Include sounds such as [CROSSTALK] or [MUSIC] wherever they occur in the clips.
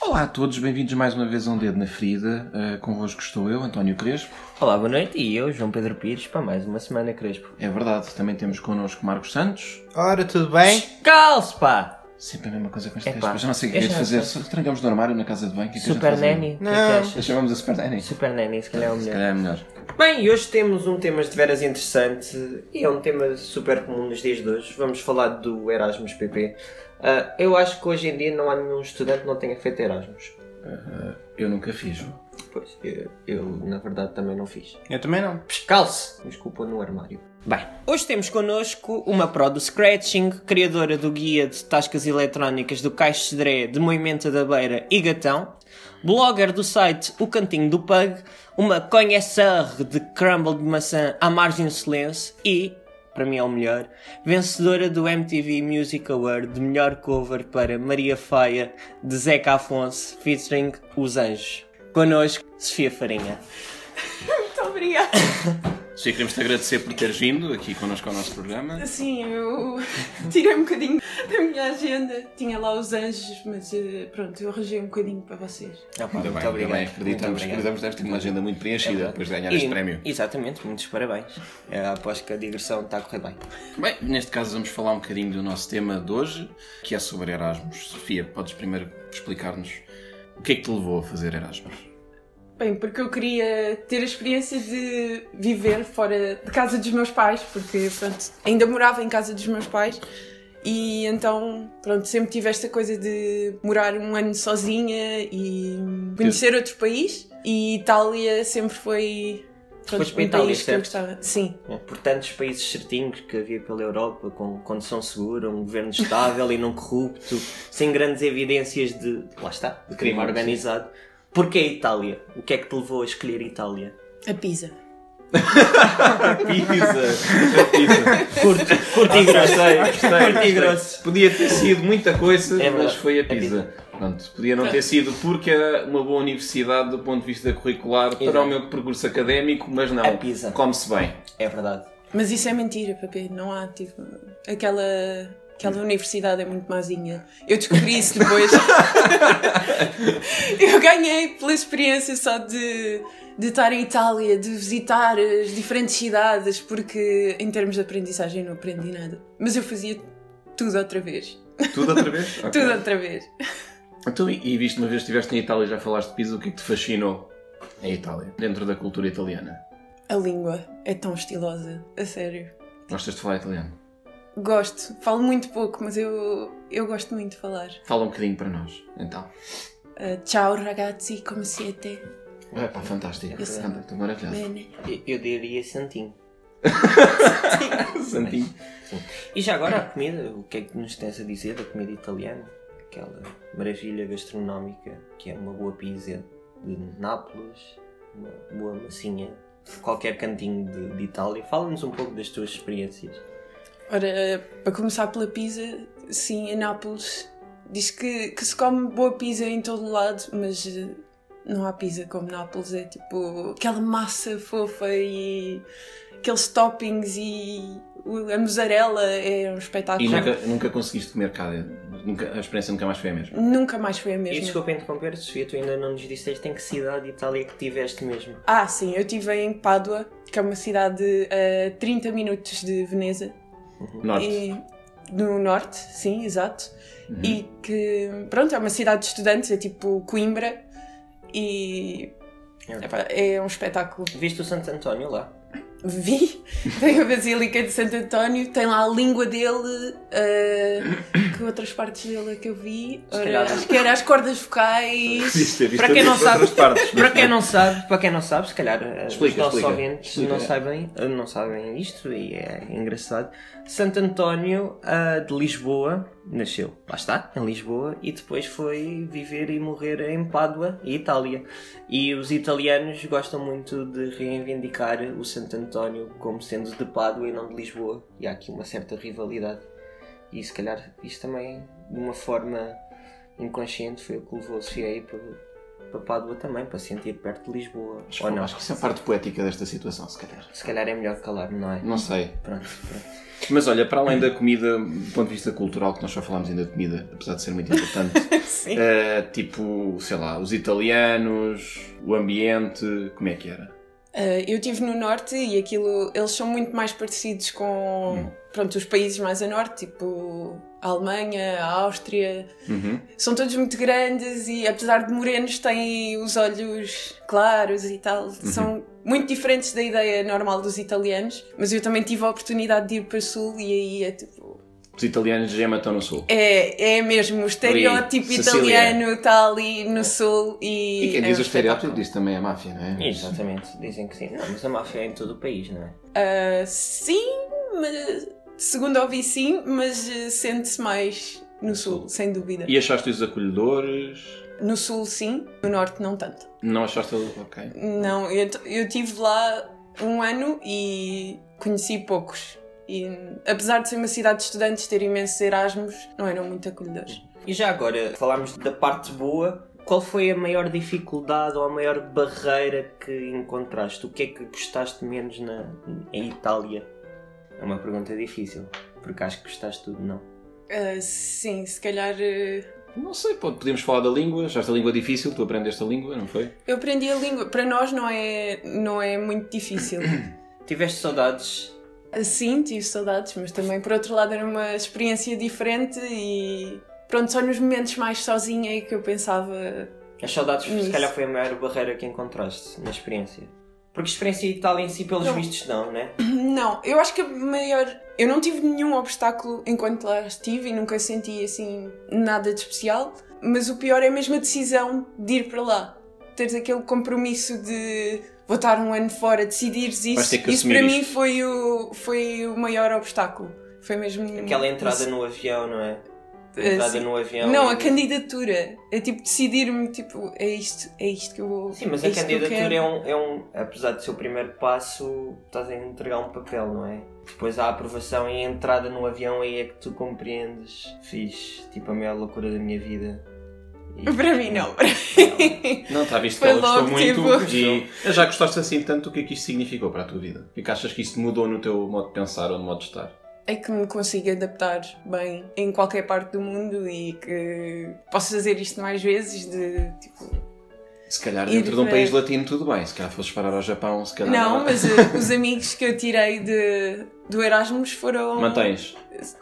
Olá a todos, bem-vindos mais uma vez a Um Dedo na Ferida. Uh, convosco estou eu, António Crespo. Olá, boa noite. E eu, João Pedro Pires, para mais uma semana Crespo. É verdade, também temos connosco Marcos Santos. Ora, tudo bem? Calce, pá! Sempre a mesma coisa com este Epá, Crespo. Já não sei o que é eu que de já fazer. não Se Trancamos no armário na casa de banho. o Que é que a gente Super faz Nanny? O que é que Não. agora? achas? Chamamos a Super Nanny. Se Super Nanny, se calhar é o melhor. calhar é melhor. Bem, e hoje temos um tema de veras interessante e é um tema super comum nos dias de hoje. Vamos falar do Erasmus PP. Ah, eu acho que hoje em dia não há nenhum estudante que não tenha feito Erasmus. Eh, Eu nunca fiz. Pois, eu, eu, na verdade também não fiz. Eu também não. Pescalce! Mas culpa no armário. Bem, hoje temos connosco uma pro do Scratching, criadora do guia de tascas eletrónicas do Caixo Cedré, de Moimenta da Beira e Gatão, blogger do site O Cantinho do Pug, uma conheceur de crumble de maçã à margem do silêncio e, para mim é o melhor, vencedora do MTV Music Award de melhor cover para Maria Faia de Zeca Afonso, featuring Os Anjos. Connosco, Sofia Farinha. Muito obrigada. Sim, queremos-te agradecer por teres vindo aqui connosco ao nosso programa. Assim, eu tirei um bocadinho da minha agenda. Tinha lá os anjos, mas eh, pronto, eu arranjei um bocadinho para vocês. Ah, pá, Ainda bem, muito ainda obrigado. bem. Acreditamos Muito que obrigado. devemos ter tido uma agenda muito preenchida depois de ganhar este E- prémio. Exatamente, muitos parabéns. Eh, aposto que a digressão está a correr bem. Bem, neste caso vamos falar um bocadinho do nosso tema de hoje, que é sobre Erasmus. Sofia, podes primeiro explicar-nos o que é que te levou a fazer Erasmus? Bem, porque eu queria ter a experiência de viver fora de casa dos meus pais, porque pronto, ainda morava em casa dos meus pais. E então, pronto, sempre tive esta coisa de morar um ano sozinha e conhecer outro país. E Itália sempre foi pronto, Foste para um Itália, país que eu certo? gostava. Sim, Eh, Por tantos países certinhos que havia pela Europa, com condição segura, um governo estável e não corrupto, sem grandes evidências de. lá está, de crime Crime, organizado. Porquê a Itália? O que é que te levou a escolher a Itália? a Pisa. [LAUGHS] Curto, curto e grosso. Curto e grosso. Podia ter sido muita coisa, É mas verdade. foi a É Pisa. Pronto, podia não ter sido porque era uma boa universidade do ponto de vista curricular para o meu percurso académico, mas não. A Pisa. Come-se bem. É verdade. Mas isso é mentira, Pepe. Não há, tipo. Aquela, aquela universidade é muito mazinha. Eu descobri isso depois. eu ganhei pela experiência só de, de estar em Itália, de visitar as diferentes cidades, porque em termos de aprendizagem não aprendi nada. Mas eu fazia tudo outra vez. [LAUGHS] Tudo outra vez? Ok. Tudo outra vez. Então, e e visto uma vez que estiveste em Itália e já falaste de Pisa, o que é que te fascinou em Itália, dentro da cultura italiana? A língua é tão estilosa, a sério. Gostas de falar italiano? Gosto, falo muito pouco, mas eu, eu gosto muito de falar. Fala um bocadinho para nós, então. Ah, ciao ragazzi, como siete? É pá, fantástico. Eu sei. é um Fantástico, maravilhoso. Bene. Eu- Eu diria Santinho. Santinho. E já agora a comida, o que é que nos tens a dizer da comida italiana? Aquela maravilha gastronómica que é uma boa pizza de Nápoles, uma boa massinha, de qualquer cantinho de, de Itália. Fala-nos um pouco das tuas experiências. Ora, eh, para começar pela pizza, sim, em Nápoles diz que, que se come boa pizza em todo lado, mas eh, não há pizza como Nápoles, é tipo aquela massa fofa e aqueles toppings e o- a mussarela é um espetáculo. E nunca, nunca conseguiste comer cá, nunca, a experiência nunca mais foi a mesma. Nunca mais foi a E mesma. desculpa interromper, Sofia, tu ainda não nos disseste em que cidade de Itália é que tiveste mesmo. Ah, sim, eu estive em Pádua, que é uma cidade a 30 minutos de Veneza. Norte. E, no norte, sim, exato. Uhum. E que, pronto, é uma cidade de estudantes, é tipo Coimbra. E epá, é um espetáculo. Viste o Santo António lá? Vi, [LAUGHS] tem a Basílica de Santo António, tem lá a língua dele, ah, que outras partes dele é que eu vi. Se Ora, calhar. acho que era as [LAUGHS] cordas vocais. Podias ter visto Para quem não outras sabe- partes, mas é. Para quem não sabe, para quem não sabe, se calhar eh, Explica, os nossos explica. ouvintes Explica. é. não sabem, eh, não sabem isto e é engraçado. Santo António ah, de Lisboa nasceu, lá está, em Lisboa e depois foi viver e morrer em Pádua, Itália. E os italianos gostam muito de reivindicar o Santo António como sendo de Pádua e não de Lisboa. E há aqui uma certa rivalidade. E se calhar isto também, de uma forma inconsciente, foi o que levou a Sofia aí para para Pádua também, para sentir perto de Lisboa. Acho, Ou que- não? acho que isso é a parte poética desta situação, se calhar. Se calhar é melhor calar-me, não é? Não sei. Pronto, pronto. Mas olha, para além da comida, do ponto de vista cultural, que nós só falámos ainda de comida, apesar de ser muito [LAUGHS] importante, Sim. eh, tipo, sei lá, os italianos, o ambiente, como é que era? Uh, eu estive no norte e aquilo eles são muito mais parecidos com Uhum. pronto, os países mais a norte, tipo a Alemanha, a Áustria. Uhum. São todos muito grandes e apesar de morenos têm os olhos claros e tal. Uhum. São muito diferentes da ideia normal dos italianos, mas eu também tive a oportunidade de ir para o sul e aí é tipo Os italianos de Gema estão no sul. é, é mesmo o estereótipo Sicília. italiano está ali no sul e, É. E quem é diz um o estereótipo espetáculo. diz também a máfia, não é? Exatamente, dizem que sim. Não, mas a máfia é em todo o país, não é? Uh, sim, mas, segundo ouvi sim, mas uh, sente-se mais no sul, sem dúvida. E achaste-os acolhedores? No sul sim, no norte não tanto. Não achaste... Ok. Não, eu, t- eu tive lá um ano e conheci poucos. E, apesar de ser uma cidade de estudantes, ter imensos Erasmus, não eram muito acolhedores. E já agora, falámos da parte boa. Qual foi a maior dificuldade ou a maior barreira que encontraste? O que é que gostaste menos na, em Itália? É uma pergunta difícil, porque acho que gostaste tudo, não. Uh, sim, se calhar uh, Não sei, pode, podíamos falar da língua. Achaste a língua difícil, tu aprendeste a língua, não foi? eu aprendi a língua. Para nós não é, não é muito difícil. Ah, Tiveste saudades? Sim, tive saudades, mas também por outro lado era uma experiência diferente e pronto, só nos momentos mais sozinha é que eu pensava. As saudades, se Isso. calhar, foi a maior barreira que encontraste na experiência. Porque a experiência em Itália em si, pelos Não. vistos, não, né? Não, eu acho que a maior. Eu não tive nenhum obstáculo enquanto lá estive e nunca senti assim nada de especial, mas o pior é mesmo a decisão de ir para lá. Teres aquele compromisso de vou estar um ano fora, decidires Vais isso. ter que Isso assumir para mim isto. foi o, foi o maior obstáculo. Foi mesmo. Aquela entrada Hum, isso. no avião, não é? A Eh, entrada sim. no avião. Não, e- a candidatura. É tipo decidir-me, tipo, é isto, é isto que eu vou. Sim, mas é a isto que eu candidatura quero. é um, é um. Apesar de ser o primeiro passo, estás a entregar um papel, não é? Depois há a aprovação e a entrada no avião, aí é que tu compreendes. Fiz, tipo, a maior loucura da minha vida. E- tipo, é Para mim, não. Não, está visto que Foi ela gostou logo, tipo, muito e já gostaste assim tanto, o que é que isto significou para a tua vida? O que é que achas que isto mudou no teu modo de pensar ou no modo de estar? É que me consigo adaptar bem em qualquer parte do mundo e que posso fazer isto mais vezes. De, tipo... Se calhar E dentro de um diferente. país latino tudo bem, se calhar fosses parar ao Japão, se calhar Não, mas eh, os amigos que eu tirei de, do Erasmus foram. Mantens.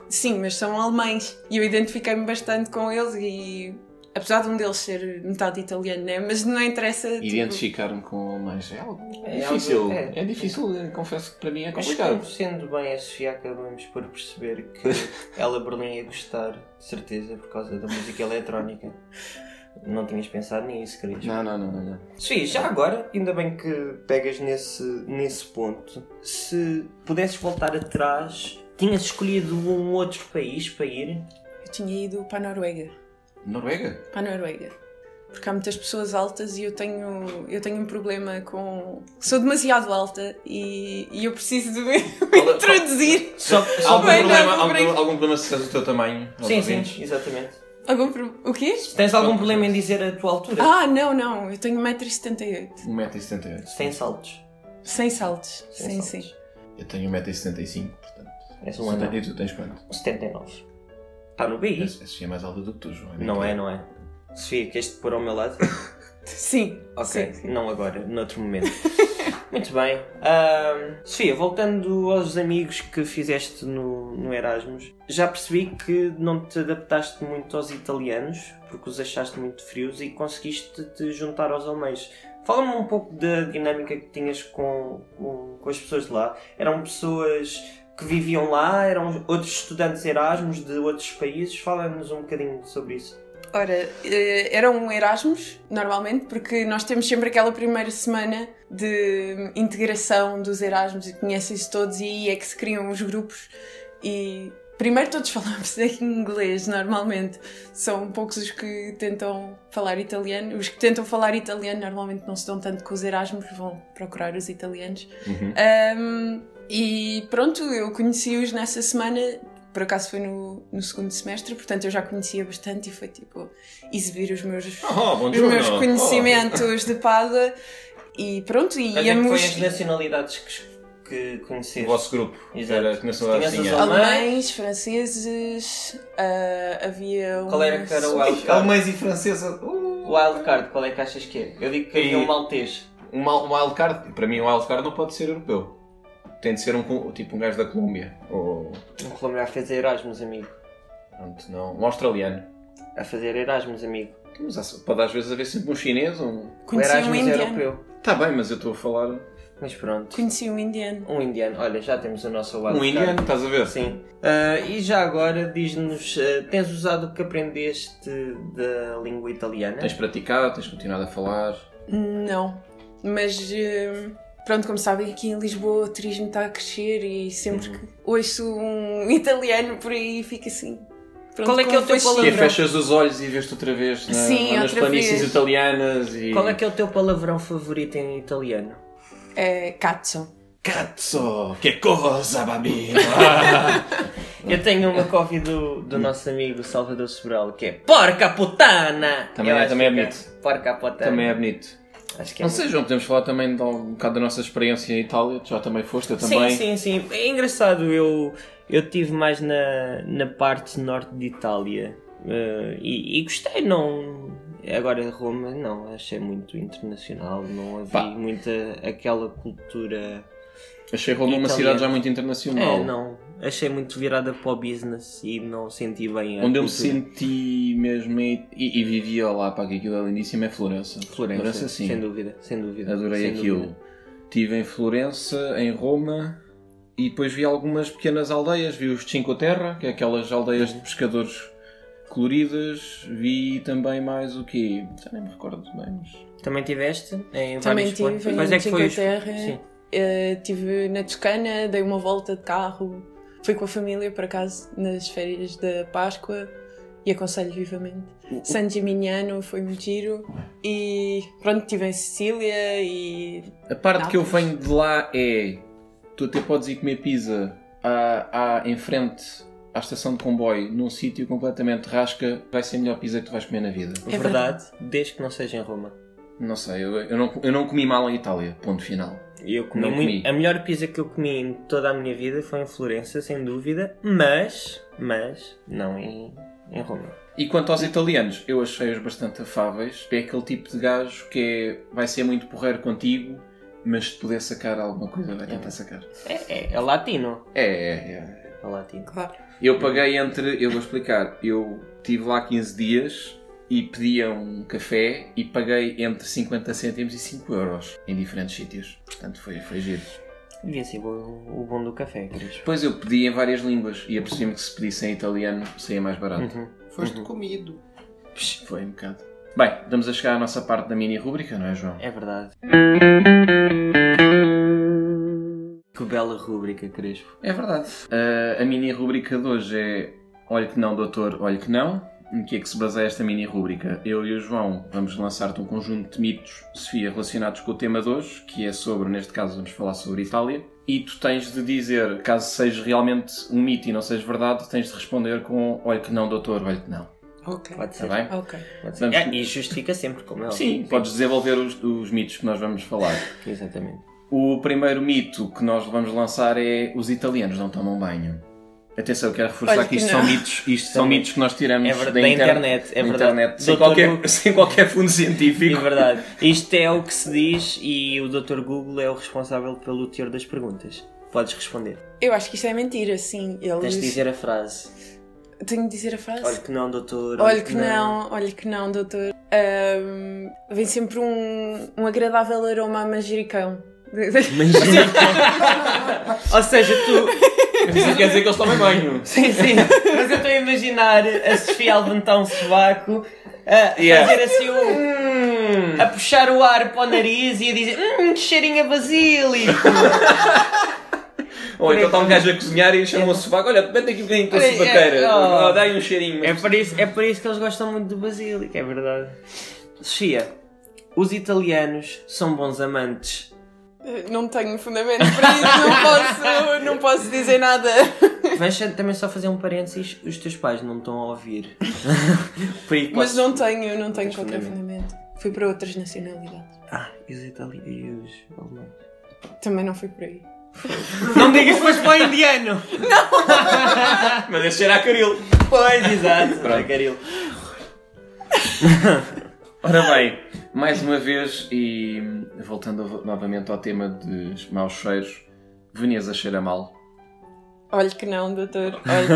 Sim, mas são alemães e eu identifiquei-me bastante com eles e. Apesar de um deles ser metade italiano, né? Mas não interessa. tipo, Identificar-me com alemães é algo É difícil. algo- É, é. difícil, eh, confesso que para mim é Mas complicado. conhecendo bem a Sofia, acabamos por perceber [LAUGHS] que ela Berlim ia gostar, de certeza, por causa da música eletrónica. Não tinhas pensado nisso, querido. Não, não, não, não. não. Sofia, já agora, ainda bem que pegas nesse, nesse ponto, se pudesses voltar atrás, tinhas escolhido um outro país para ir? Eu tinha ido para a Noruega. Noruega? para a Noruega. Porque há muitas pessoas altas e eu tenho, eu tenho um problema com. Sou demasiado alta e, e eu preciso de [LAUGHS] me introduzir. [LAUGHS] Só, Há algum, bem, não, problema, não, algum, brinco. algum problema se tens o teu tamanho? aos Sim, sim, ouvintes? exatamente. Algum pro... O quê? Se tens algum problema em dizer a tua altura? Ah, não, não, eu tenho 1,78m. 1,78m. Se tens saltos. Sem saltos. Se tens Sim, saltos. sim. Eu tenho 1,75m, portanto. És um anão. E tu tens quanto? 79. Está no BI? Essa essa é mais alta do que tu, João. Não é, não é. Sofia, queres te pôr ao meu lado? Sim. [LAUGHS] Ok, sim, sim. não agora, noutro momento. [LAUGHS] Muito bem. Ahm, Sofia, voltando aos amigos que fizeste no, no Erasmus, já percebi que não te adaptaste muito aos italianos, porque os achaste muito frios e conseguiste te juntar aos alemães. Fala-me um pouco da dinâmica que tinhas com, com, com as pessoas de lá. Eram pessoas que viviam lá, eram outros estudantes Erasmus de outros países. Fala-nos um bocadinho sobre isso. Ora, eh, era um Erasmus, normalmente, porque nós temos sempre aquela primeira semana de integração dos Erasmus e conhecem-se todos e aí é que se criam os grupos. E primeiro todos [LAUGHS] falamos em inglês, normalmente. São poucos os que tentam falar italiano. Os que tentam falar italiano normalmente não se dão tanto com os Erasmus, vão procurar os italianos. Uhum. Um, e pronto, eu conheci-os nessa semana Por acaso foi no, no segundo semestre, portanto eu já conhecia bastante e foi tipo exibir os meus, Ah, Oh, bom os dia, meus não. conhecimentos de Pádua e pronto, e Quais Oh. é que íamos foi as nacionalidades que, que O conheceste? vosso grupo. Exato. Era que assim, é. nacionalidade Tinhas tinha. as alemães, franceses, ah, havia um. Qual era que era o wildcard? Alemães e francesa. Uh, O wildcard, qual é que achas que é? Eu digo que havia E- um maltês. um mal- um wildcard. Para mim, um wildcard não pode ser europeu. Tem de ser um co- tipo um gajo da Colômbia. Ou. Um colombiano a fazer Erasmus, amigo. Pronto, não. Um australiano. A fazer Erasmus, amigo. Mas há- pode às vezes haver sempre um chinês. Um... Conheci o um Erasmus indiano. europeu. Tá bem, mas eu estou a falar. Mas pronto. Conheci um indiano. Um indiano. Olha, já temos o nosso wildcard. Um indiano, estás a ver? Sim. Ah, e já agora, diz-nos, ah, tens usado o que aprendeste da língua italiana? Tens praticado, tens continuado a falar. Não. Mas hum, pronto, como sabem, aqui em Lisboa o turismo está a crescer e Uhum. sempre que ouço um [LAUGHS] italiano por aí fico assim. Pronto, Qual é que com é o teu fascínio. E aí Palavrão. fechas os olhos e vês-te outra vez na- Sim, nas outra planícies vez. italianas e. Qual é que é o teu palavrão favorito em italiano? É cazzo. Cazzo! Que cosa, babino! Eu tenho uma cópia do, Hum. do nosso amigo Salvador Sobral que é Porca putana! Também Eu é- acho também é que bonito. Porca putana. [LAUGHS] também é bonito. Acho que é Não bonito. sei, João, podemos falar também de um bocado da nossa experiência em Itália. Tu já também foste, eu também. Sim, sim, sim. É engraçado, eu eu tive mais na, na parte norte de Itália eh, e, e gostei, não. Agora Roma, não, achei muito internacional, não havia Pá. muita aquela cultura. Achei Roma uma Itália. cidade já muito internacional. É, não. Achei muito virada para o business e não senti bem a Onde eu me é cultura. senti mesmo em- e, e vivia lá, pá, que aquilo é lindíssimo, é Florença. Florença, sim. sem dúvida, sem dúvida. Adorei sem aquilo. dúvida. Estive em Florença, em Roma e depois vi algumas pequenas aldeias. Vi os Cinco Terra, que é aquelas aldeias de Uhum. pescadores coloridas. Vi também mais o quê? Já nem me recordo bem, mas. Também tiveste em Também vários tive pontos? em Quais é que foi os- Cinqueterra. Sim. Estive Eh, na Toscana, dei uma volta de carro. Fui com a família, por acaso, nas férias da Páscoa e aconselho vivamente. San Gimignano foi muito giro. E pronto, estive em Sicília e A parte Não. que eu venho de lá é. Tu até podes ir comer pizza à, à- em frente à estação de comboio, num sítio completamente rasca, vai ser a melhor pizza que tu vais comer na vida. É verdade, desde que não seja em Roma. Não sei, eu, eu não, eu não comi mal em Itália, ponto final. Eu comi, Não muito- comi. A melhor pizza que eu comi em toda a minha vida foi em Florença, sem dúvida, mas, mas, não em, em Roma. E quanto aos italianos, eu achei-os bastante afáveis. É aquele tipo de gajo que é, vai ser muito porreiro contigo, mas se puder sacar alguma coisa, vai tentar sacar. É, é, é latino. É, é, é. É latino. claro. Eu paguei entre. Eu vou explicar. Eu estive lá 15 dias e pedia um café e paguei entre 50 cêntimos e 5 euros em diferentes sítios. Portanto, foi, foi giro. Devia ser assim, o, o bom do café, queridos. Depois eu pedi em várias línguas e apercebi-me que se pedisse em italiano saía mais barato. Uhum. Foste comido. Psh, Foi um bocado. Bem, estamos a chegar à nossa parte da mini rúbrica, não é, João? É verdade. Que bela rúbrica, Crespo. É verdade. Uh, a mini rubrica de hoje é Olhe que não, doutor, olhe que não. Em que é que se baseia esta mini rubrica? Eu e o João vamos lançar-te um conjunto de mitos, Sofia, relacionados com o tema de hoje, que é sobre, neste caso, vamos falar sobre Itália. E tu tens de dizer, caso seja realmente um mito e não seja verdade, tens de responder com olhe que não, doutor, olhe que não. Ok. Pode Está ser. bem? Ok. Pode ser. Vamos- Ah, e justifica sempre, como é óbvio. Sim, podes desenvolver os, os mitos que nós vamos falar. Exatamente. O primeiro mito que nós vamos lançar é os italianos não tomam banho. Atenção, eu quero reforçar Olha que que isto não. são mitos, isto são Também. mitos que nós tiramos É verdade, da Uhum. inter- internet, é da verdade. internet, sem, Doutor qualquer, [LAUGHS] Google. sem qualquer fundo científico. É verdade. Isto é o que se diz e o Dr. Google é o responsável pelo teor das perguntas. Podes responder. Eu acho que isto é mentira, sim. Eles... Tens de dizer a frase. Tenho de dizer a frase? Olha que não, doutor. Olha que não, olha que não, doutor. Ahm, vem sempre um, um agradável aroma a manjericão. Ou seja, tu. [LAUGHS] Isso quer dizer que eles tomem banho. Sim, sim. Mas eu estou a imaginar a Sofia a levantar um sovaco, a Yeah. fazer assim o. a puxar o ar para o nariz e a dizer: Hum, que cheirinho a basílico. Ou então está um gajo a cozinhar e chama o sovaco, olha, mete aqui um bocadinho com a É. Olha, é, sovaqueira, oh. oh, dá-lhe um cheirinho. É por, isso, é por isso que eles gostam muito do basílico, é verdade. Sofia, os italianos são bons amantes. Não tenho fundamento para isso, não posso, não posso dizer nada. Deixa [LAUGHS] também só fazer um parênteses: os teus pais não estão a ouvir. [LAUGHS] Foi Mas quase- não tenho, não tenho contrafundamento. Fui para outras nacionalidades. Ah, e os italianos e os alemães. Também não fui por aí. [LAUGHS] Não digas que foste para o indiano! Mas este era a Caril. Pois, exato, para Caril. Ora bem, mais uma vez, e voltando vo- novamente ao tema de maus cheiros, Veneza cheira mal. Olha que não, doutor. Olha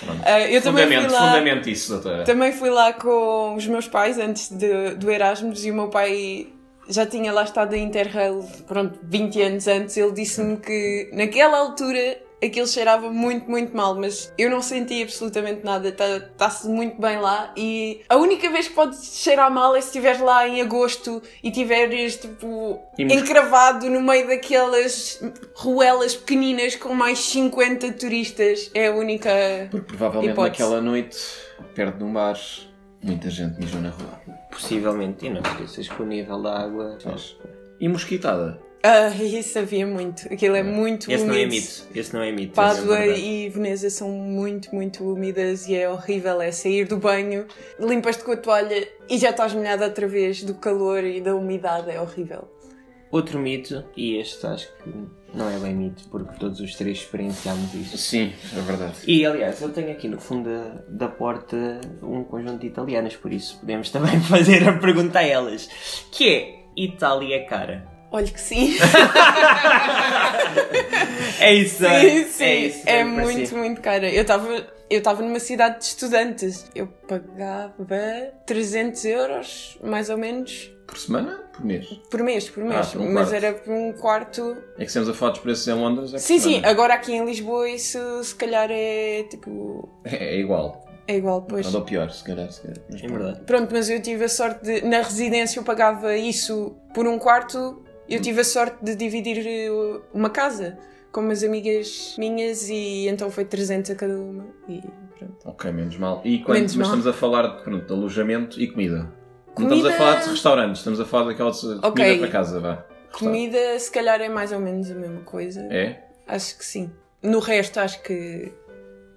que não. Ah, eu também fui Fundamento, lá. fundamento isso, doutora. Também fui lá com os meus pais antes de- do Erasmus e o meu pai já tinha lá estado em Interrail, pronto, 20 anos antes. Ele disse-me que naquela altura aquilo cheirava muito, muito mal, mas eu não senti absolutamente nada. Está-se muito bem lá e a única vez que pode cheirar mal é se estiveres lá em agosto e tiveres tipo encravado no meio daquelas ruelas pequeninas com mais 50 turistas. É a única. Porque provavelmente Hipótese. naquela noite, perto de um bar, muita gente mijou na rua. Possivelmente, e não esqueças que o nível da água. Mas- E mosquitada. Ah, [LAUGHS] isso havia muito. Aquilo é muito Esse não é úmido. mito, esse não é mito. Pádua esse é e Veneza são muito, muito úmidas e é horrível é sair do banho, limpas-te com a toalha e já estás molhada outra vez do calor e da umidade, é horrível. Outro mito, e este acho que não é bem mito, porque todos os três experienciámos isso. Sim, é verdade. E aliás, eu tenho aqui no fundo da, da porta um conjunto de italianas, por isso podemos [LAUGHS] também fazer a pergunta a elas: que é Itália é cara? Olha que sim, [LAUGHS] É isso, sim, é, sim, é é, isso. bem muito, parecido. muito cara. Eu estava eu estava numa cidade de estudantes, eu pagava 300 euros, mais ou menos, Por semana? Por mês. por mês, Ah, por mês, por um mas quarto. era por um quarto É que temos a foto dos preços em Londres. É por Sim, sim, semana. agora aqui em Lisboa isso se calhar é tipo. É, é igual. É igual, pois. Ou pior, se calhar. Se calhar. Mas É pronto. verdade. Pronto, mas eu tive a sorte de. Na residência eu pagava isso por um quarto, Hum. eu tive a sorte de dividir eh, uma casa com umas amigas minhas e então foi 300 a cada uma e pronto. Ok, menos mal. E quando, Menos mas mal. estamos a falar de, pronto, de alojamento e comida. Não Comida- estamos a falar de restaurantes, estamos a falar daquela de Ok. comida para casa, vá. Comida se calhar é mais ou menos a mesma coisa. É? Acho que sim. No resto acho que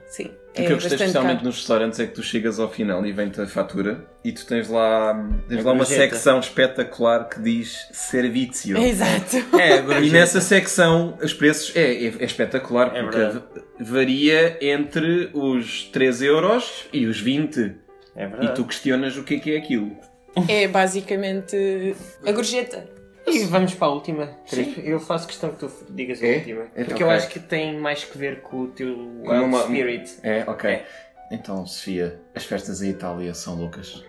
sim. o que É eu gostei bastante especialmente caro. nos restaurantes é que tu chegas ao final e vem-te a fatura e tu tens lá, tens A lá uma gorjeta. secção espetacular que diz servizio. Exato. É, e nessa secção os preços é, é- é espetacular É porque verdade. v- varia entre os 3 euros e os 20 É e verdade. tu questionas o que é que é aquilo. é basicamente a gorjeta. E vamos para a última. Cris. Eu faço questão que tu digas a É? última. É, Porque ok. eu acho que tem mais que ver com o teu wild uma- spirit. É, ok. É. Então, Sofia, as festas em Itália são loucas.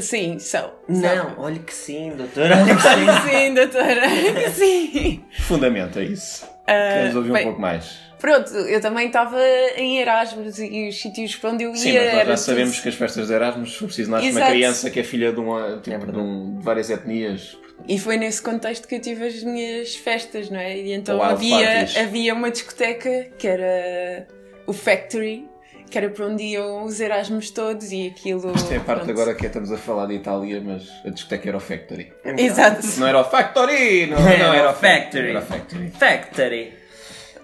Sim, são. são. Não, olha que sim, doutora. Olha que sim. [LAUGHS] Sim, doutora. [LAUGHS] Sim. Fundamento, é isso. Queremos ouvir um Ah, bem- pouco mais. Pronto, eu também estava em Erasmus e os sítios para onde eu ia. Sim, mas nós era já tudo- sabemos que as festas de Erasmus, se preciso, nasce uma Exato. criança que é filha de, uma, tipo, É verdade. de, um- de várias etnias. E foi nesse contexto que eu tive as minhas festas, não é? E então Ou wild havia, parties. havia uma discoteca que era o Factory, que era para onde iam os Erasmus todos e aquilo. Isto é a parte pronto. agora que estamos a falar de Itália, mas a discoteca era o Factory. Então, Exato. Não é? era o Factory! Não, Era não, o Factory. Era o Factory. Factory.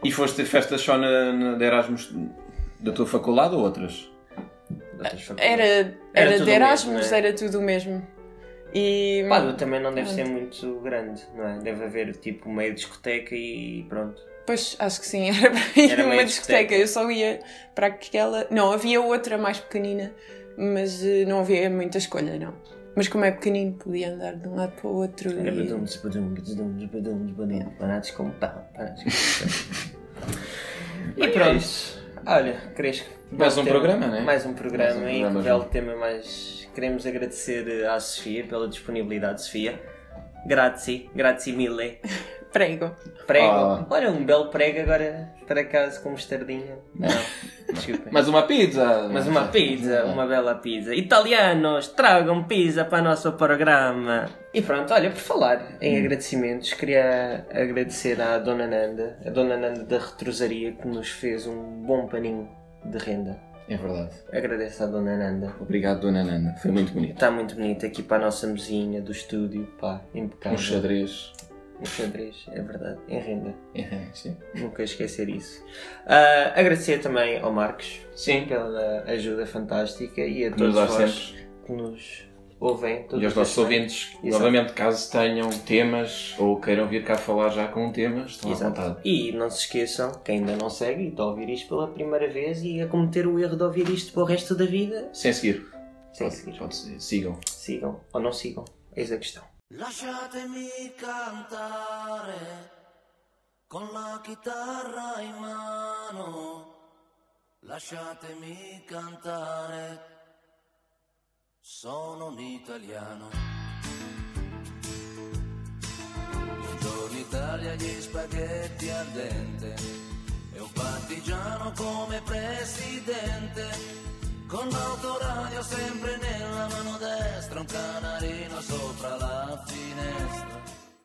E foste ter festas só na, na- de Erasmus da tua faculdade ou outras? Era, era, Era tudo o de mesmo, Erasmus, não é? era tudo o mesmo. E. Pádua também não deve ser muito grande, não é? Deve haver tipo meio discoteca e pronto. Pois, acho que sim, [LAUGHS] era para ir Era numa meio discoteca. discoteca. Eu só ia para aquela. Não, havia outra mais pequenina, mas eh, não havia muita escolha, não. Mas como é pequenino, podia andar de um lado para o outro. Era e- badum-des, badum-des, badum-des, badum-des, badum. Panados com pão. panados com pão. E pronto. Olha, Cresco. Mais um belo tema. programa, não é? Mais um programa Mais um e que programa, belo João. tema, mas queremos agradecer eh, à Sofia pela disponibilidade, Sofia. Grazie, grazie mille. Prego. Prego. Ah. Olha, um belo prego agora, por acaso, com mostardinha. Não, desculpa. Mais uma pizza! É Mas uma pizza, uma bela pizza. Italianos, tragam pizza para o nosso programa. Hum. E pronto, olha, por falar em agradecimentos, queria agradecer à Dona Nanda, a Dona Nanda da Retrosaria, que nos fez um bom paninho de renda. É verdade. Agradeço à Dona Nanda. Obrigado, Dona Nanda. Foi muito bonito. Um Está muito bonito aqui para a nossa mesinha do estúdio, pá, impecável. Um xadrez. É, O xadrez, é verdade. Em renda. Sim. Nunca esquecer isso. Ah, agradecer também ao Marcos Sim. pela ajuda fantástica e a Que nos todos dá vós sempre. que nos ouvem. todas E aos as nossos semanas. ouvintes, é? Exato. novamente, caso tenham temas ou queiram vir cá falar já com um tema, estão à Exato. vontade. E não se esqueçam, quem ainda não segue e está a ouvir isto pela primeira vez e a cometer o erro de ouvir isto para o resto da vida, Sem seguir. sem Pronto, seguir. pode ser. Sigam. Sigam ou não sigam. Eis a questão. Lasciatemi cantare con la chitarra in mano. Lasciatemi cantare. Sono un italiano. Buongiorno Italia, gli spaghetti al dente. E un partigiano come presidente. Con l'autoradio sempre nella mano destra, un canarino sopra la finestra.